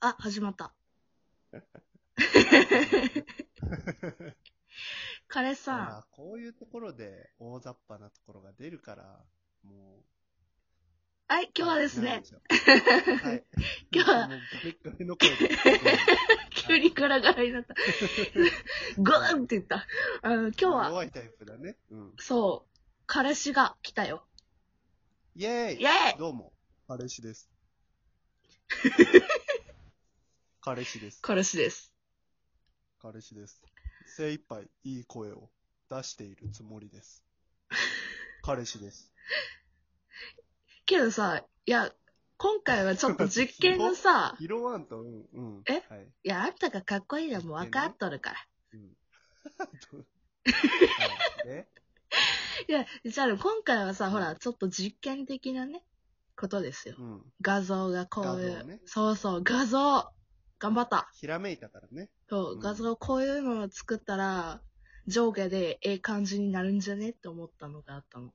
あ、始ま った。彼ほさらこういうところで大雑把なところが出るから、もん。はい、う。今日はですなねんで、すよはい。今日はもうガリガリの声で。 急にガラガラになった。 ゴーンって言った。あの、今日は、弱いタイプだね。うん。そう、彼氏が来たよ。イェーイイェーイどうも。彼氏です。彼氏です。彼氏です。彼氏です。精一杯いい声を出しているつもりです。彼氏です。けどさ、いや、今回はちょっと実験の さ、拾わんと、うん、うん。えはい。いや、あんたがかっこいいのも分かっとるから。うん。はいねいや、じゃあ今回はさ、ほら、ちょっと実験的なね、ことですよ。うん。画像がこうい画像う。ねそうそう、画像頑張った。ひらめいたからね。そうう、ん画像こういうのを作ったら、上下でええ感じになるんじゃねって思ったのがあったの。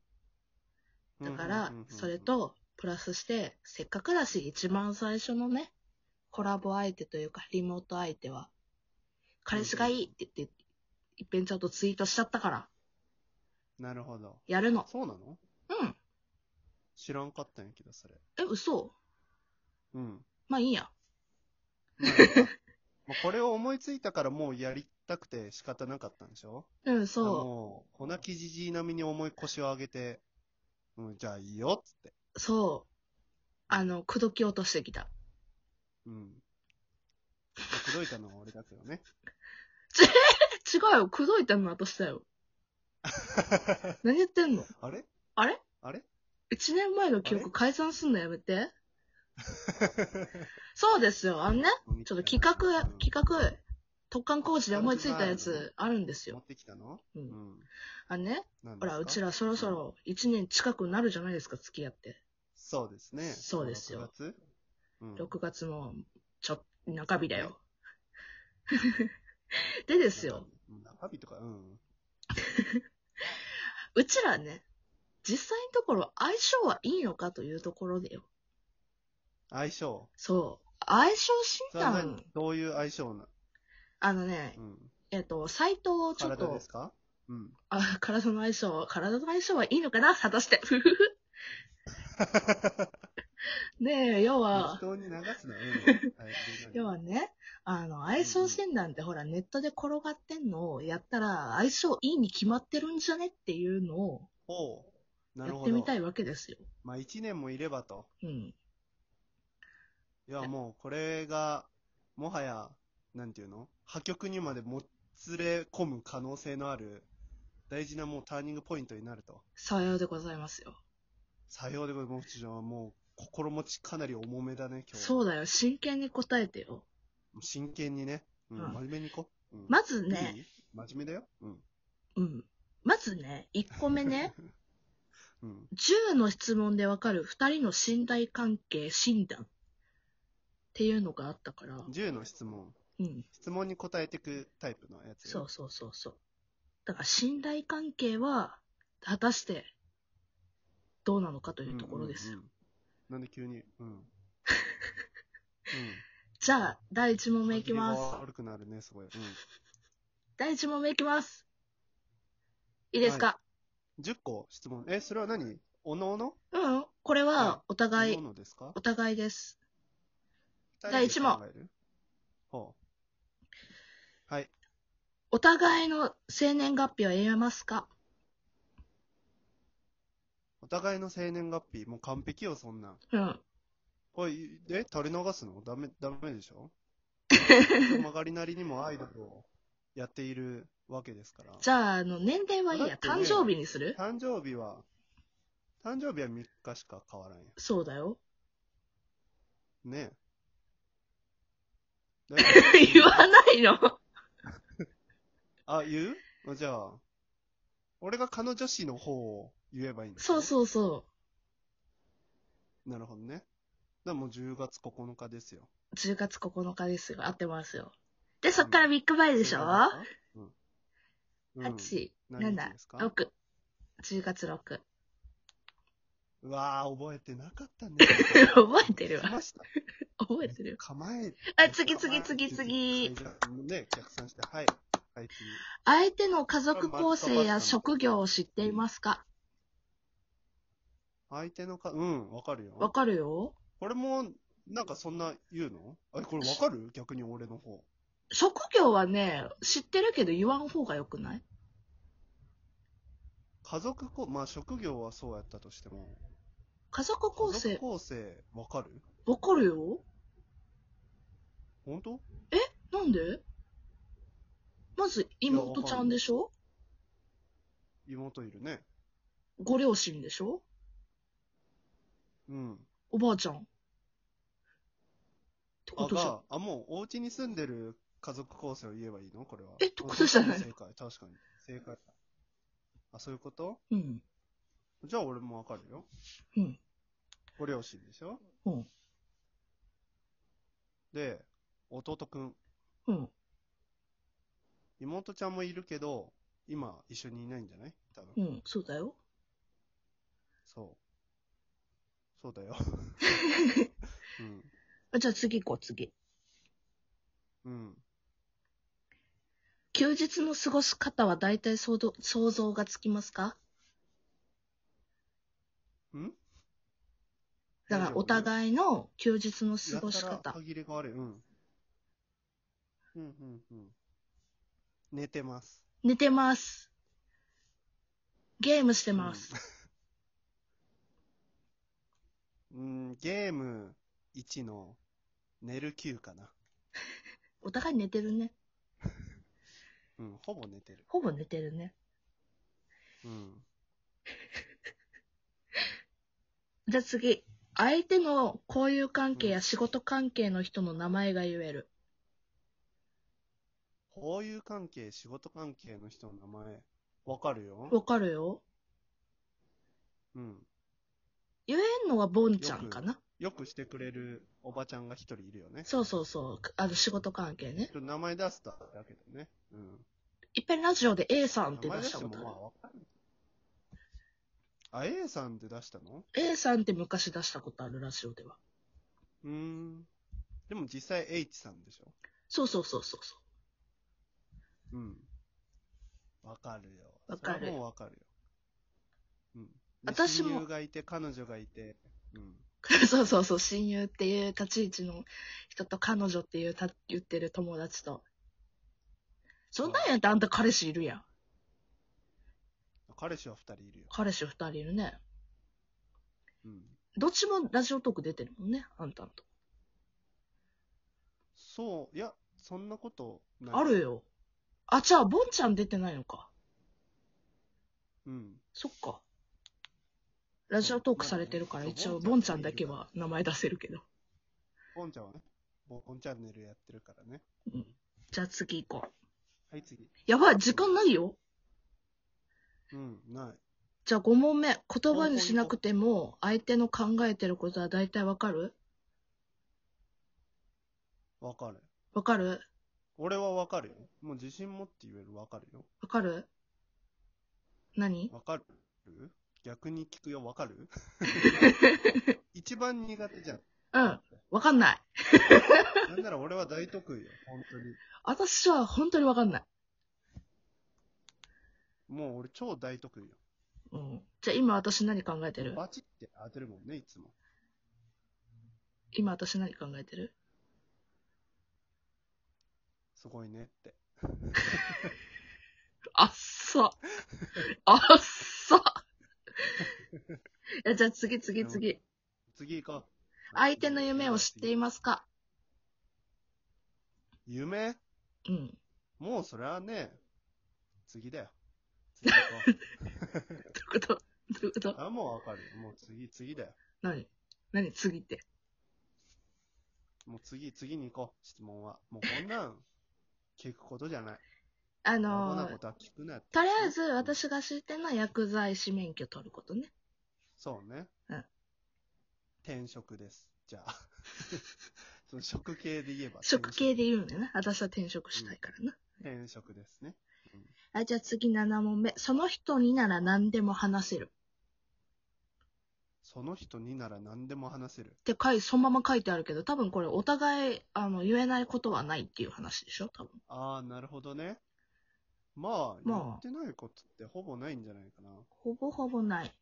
だからうんうんうんう、んそれ、と、プラスして、せっかくだし、一番最初のね、コラボ相手というか、リモート相手は、彼氏がいいって言って、いっぺんちゃんとツイートしちゃったから、なるほど。やるの。そうなのうん。知らんかったんやけど、それ。え、嘘うん。まあいいや。まあもうこれを思いついたからもうやりたくて仕方なかったんでしょうん、そもう、粉木じじい並みに重い腰を上げて、うん、じゃあいいよ、っつって。う、そう。あの、口説き落としてきた。うん。まあ口説いたのは俺だけどね。 違うよ、口説いたの私だよ。何言ってんのあれあれあれ一年前の記憶改ざんすんのやめて。 そうですよ。あのね、ちょっと企画、うん企画、特貫工事で思いついたやつあるんです持よっ。てきたのう。うんん。あのね、なほ、んですからうち。らそろそろ一年近くなるじゃないですか、付き合って。そうですね。そうですよ6月うん。 6月の、ちょ、中日だよ。 でですよ、中日。中日とか、うん。うちらね、実際のところ相性はいいのかというところでよ。相性。そう。相性そ診れは何断、どういう相性な、あのねう、ん、えっと、サイトをちょっ体とです、かうん。あ、体の相性は、体の相性はいいのかな 果たして。ふふふ。ねえ、要は適、当に流すな。うんはい 要はね、あの、相性診断ってほら、ネットで転がってんのをやったら、相性いいに決まってるんじゃねっていうのをほう。なやるっほてど。みたいわけですよ。まあ、一年もいればと。うん。いや、もう、これが、もはや、なんていうの破局にまでもつれ込む可能性のある、大事なもうターニングポイントになると。さようでございますよ。さようでございます。もちろん、もう、心持ちかなり重めだね、今日。そうだよ、真剣に答えてよ。真剣にね。うん、うん真面目にいこう。うん、まずね、いい真面目だよ。うん。うん。まずね、1個目ね、うん。 10の質問でわかる2人の信頼関係診断っていうのがあったから、 10の質問。うん。質問に答えてくタイプのやつそよう。そうそうそう。だから信頼関係は、果たして、どうなのかというところですよ。うんうんうんなんで急に。 うん。うん。じゃあ、第1問目いきます。歯切れが悪くなるね、すごい。う第1問目いきます。いいですか、ん。10個質問。え、それは何おのおのうん。これはは、おお互のいお、のですかお互いです。第二一人問で考えるほう。はい。お互いの生年月日は言えますかお互いの生年月日、もう完璧よ、そんなん。うん。おい、え、垂れ流すのダメ、ダメで しょ曲がりなりにもアイドルをやっているわけです から。じゃあ、あの、年齢はいいや。だってね誕生日にする誕生日は、誕生日は3日しか変わらんや。そうだよ。 ねえ。言わないのあ、言うあじゃあ、俺が彼女氏の方を言えばいいんだ。。そうそうそうなるほどね。だからもう10月9日ですよ。う。10月9日ですよ。合ってますよ。で、そっからビッグバイでしょ、うん。う8、ん。何日7です、か6。10月6。うわぁ、覚えてなかったね。 覚えてるわしました。覚えてるよ。構えて。あ、次次次次。会場ね、逆算して、はい。はい、次。相手の家族構成や職業を知っていますか相手のか、うん、わかるわよ。かるよ。これも、なんかそんな言うのあれ、これわかる逆に俺の方。職業はね、知ってるけど言わん方がよくない家族こ、まあ職業はそうやったとしても。家族構家族成、構成、わかるわかるよ本当なんでまず妹ちゃんでしょ妹いるね。ご両親でしょうん。おばあちゃん。ってこあとじゃんが、あ、もう、お家に住んでる家族構成を言えばいいのこれは。えってことじゃない正解、確かに。正解。あ、そういうことうん。じゃあ俺もわかるよ。うん。ご両親でしょうん。で、弟くん。うん。妹ちゃんもいるけど、今、一緒にいないんじゃない多分。うん。そうだよ。 そう。そうだよ。うん。あじゃあ次行こう、次。うん。休日の過ごし方は大体想像想像がつきますかんだからお互いの休日の過ごしやたら方。歯切れが悪い。うん。うん、うん、うん。寝てます。寝てます。ゲームしてます。うん、 ゲーム1の寝る9かな。お互い寝てるね。うん、ほぼ寝てる。ほぼ寝てるね。うん。じゃあ次。相手の交友関係や仕事関係の人の名前が言える。交友関係、仕事関係の人の名前、わかるよ。わかるよ。うん。言えんのはボンちゃんかな。よくしてくれるおばちゃんが一人いるよね。そうそうそう。あの仕事関係ねち。ょっと名前出すとだけどね。うん。いっぺんラジオで A さんって名前出し出したてこもとまああわかる。あ、A さんって出したのる。A さんって昔出したことあるラジオでは。うーん。でも実際 H さんでしょそうそうそうそうそう。うん。わかるよ。わかるそれはもうわかるよ。うん。で私も親友がいて、彼女がいて、うん。そう そうそう、親友っていう立ち位置の人と彼女っていうた言ってる友達と。そんなんやってあんた彼氏いるやん。彼氏は二人いるよ。彼氏二人いるね。うん。どっちもラジオトーク出てるもんね、あんたんと。そう、いや、そんなことない。あるよ。あ、じゃあ、ボンちゃん出てないのか。うん。そっか。ラジオトークされてるから、そう一応、ボボンンちちゃゃんんだけは名前出せるけど。ボンちゃんはね、ボンチャンネルやってるからね。じゃあ次行こう。はい、次。やばい、時間ないよ。うん、ない。じゃあ5問目。言葉にしなくても、相手の考えてることは大体わかるわかる。わかる俺はわかるよ。もう自信持って言えるわかるよ。わかる何わかる逆に聞くよ、わ かる一番苦手じゃん。うん。わかんない。なんなら俺は大得意よ、本当に。私は本当にわかんない。もう俺超大得意よ。うん。じゃあ今私何考えてるバチって当てるもんね、いつも。今私何考えてるすごいねって。あっ さ。あっさ。 いやじゃあ次次次。次行こう。相手の夢を知っていますか夢うん。もうそれはね、次だよ。次行こどういうことどういう ことう。あ、もうわかるよ。もう次、次だよ。何何次って。もう次、次に行こう。質問は。もうこ んなん、聞くことじゃない。あアホのなーこ、とは聞くなって。とりあえず私が知ってるのは薬剤師免許取ることね。そうね。うん転職です。じゃあ。その職系で言えば。職系で言うんだよな。私は転職したいからな。転職ですね。あ、じゃあ次7問目。その人になら何でも話せる。そその人になら何でも話せる。て書い、そのまま書いてあるけど、多分これお互い、あの、言えないことはないっていう話でしょ多分。ああ、なるほどね。まあ、まあやってないことってほぼないんじゃないかな。ほぼほぼない。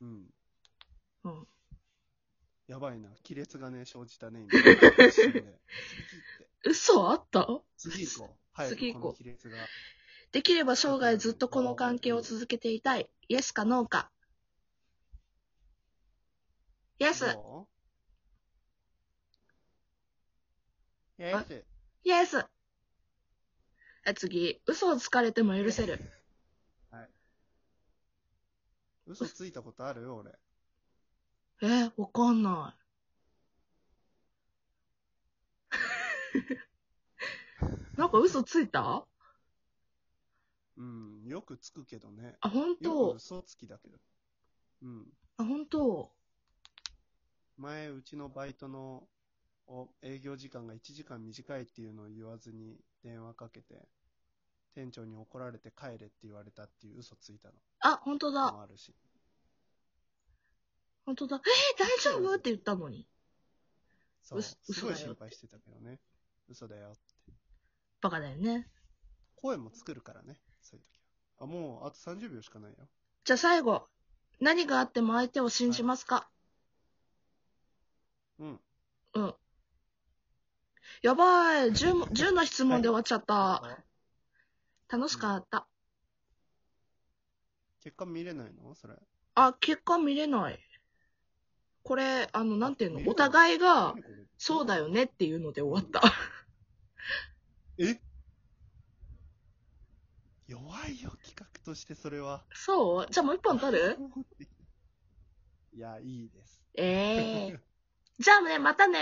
うん。うん。やばいな。亀裂がね、生じたね、 今。一瞬で嘘あった次行こう。早く次行こうこの亀裂が。できれば生涯ずっとこの関係を続けていたい。イエスかノーか。イエスどうイエス。イエスえ次、嘘をつかれても許せる。嘘ついたことある俺。えー、わかんな。ない なんか嘘ついたうん、よくつくけどね。あ、本よく当嘘つきだけど。うん。あ、本当前、うちのバイトのお営業時間が1時間短いっていうのを言わずに電話かけて、店長に怒られて帰れって言われたっていう嘘ついたあ、本当のだ。もあるし。本当だ。えー、大丈夫って言ったのに。そう。嘘す嘘ごいだよ心配してたけどね。嘘だよ。バカだよね。声も作るからね。そういう時は。あ、もう、あと30秒しかないよ。じゃあ最後。何があっても相手を信じますか、うん。うん。やばい。10, 10の質問で終わっちゃった。楽しかった。結果見れないのそれ。あ、結果見れない。これ、あの、なんていう見のれないお互いが、何これそうだよねっていうので終わった。 え弱いよ、企画としてそれは。そうじゃあもう一本取る いや、いいです。ええじゃあね、またね。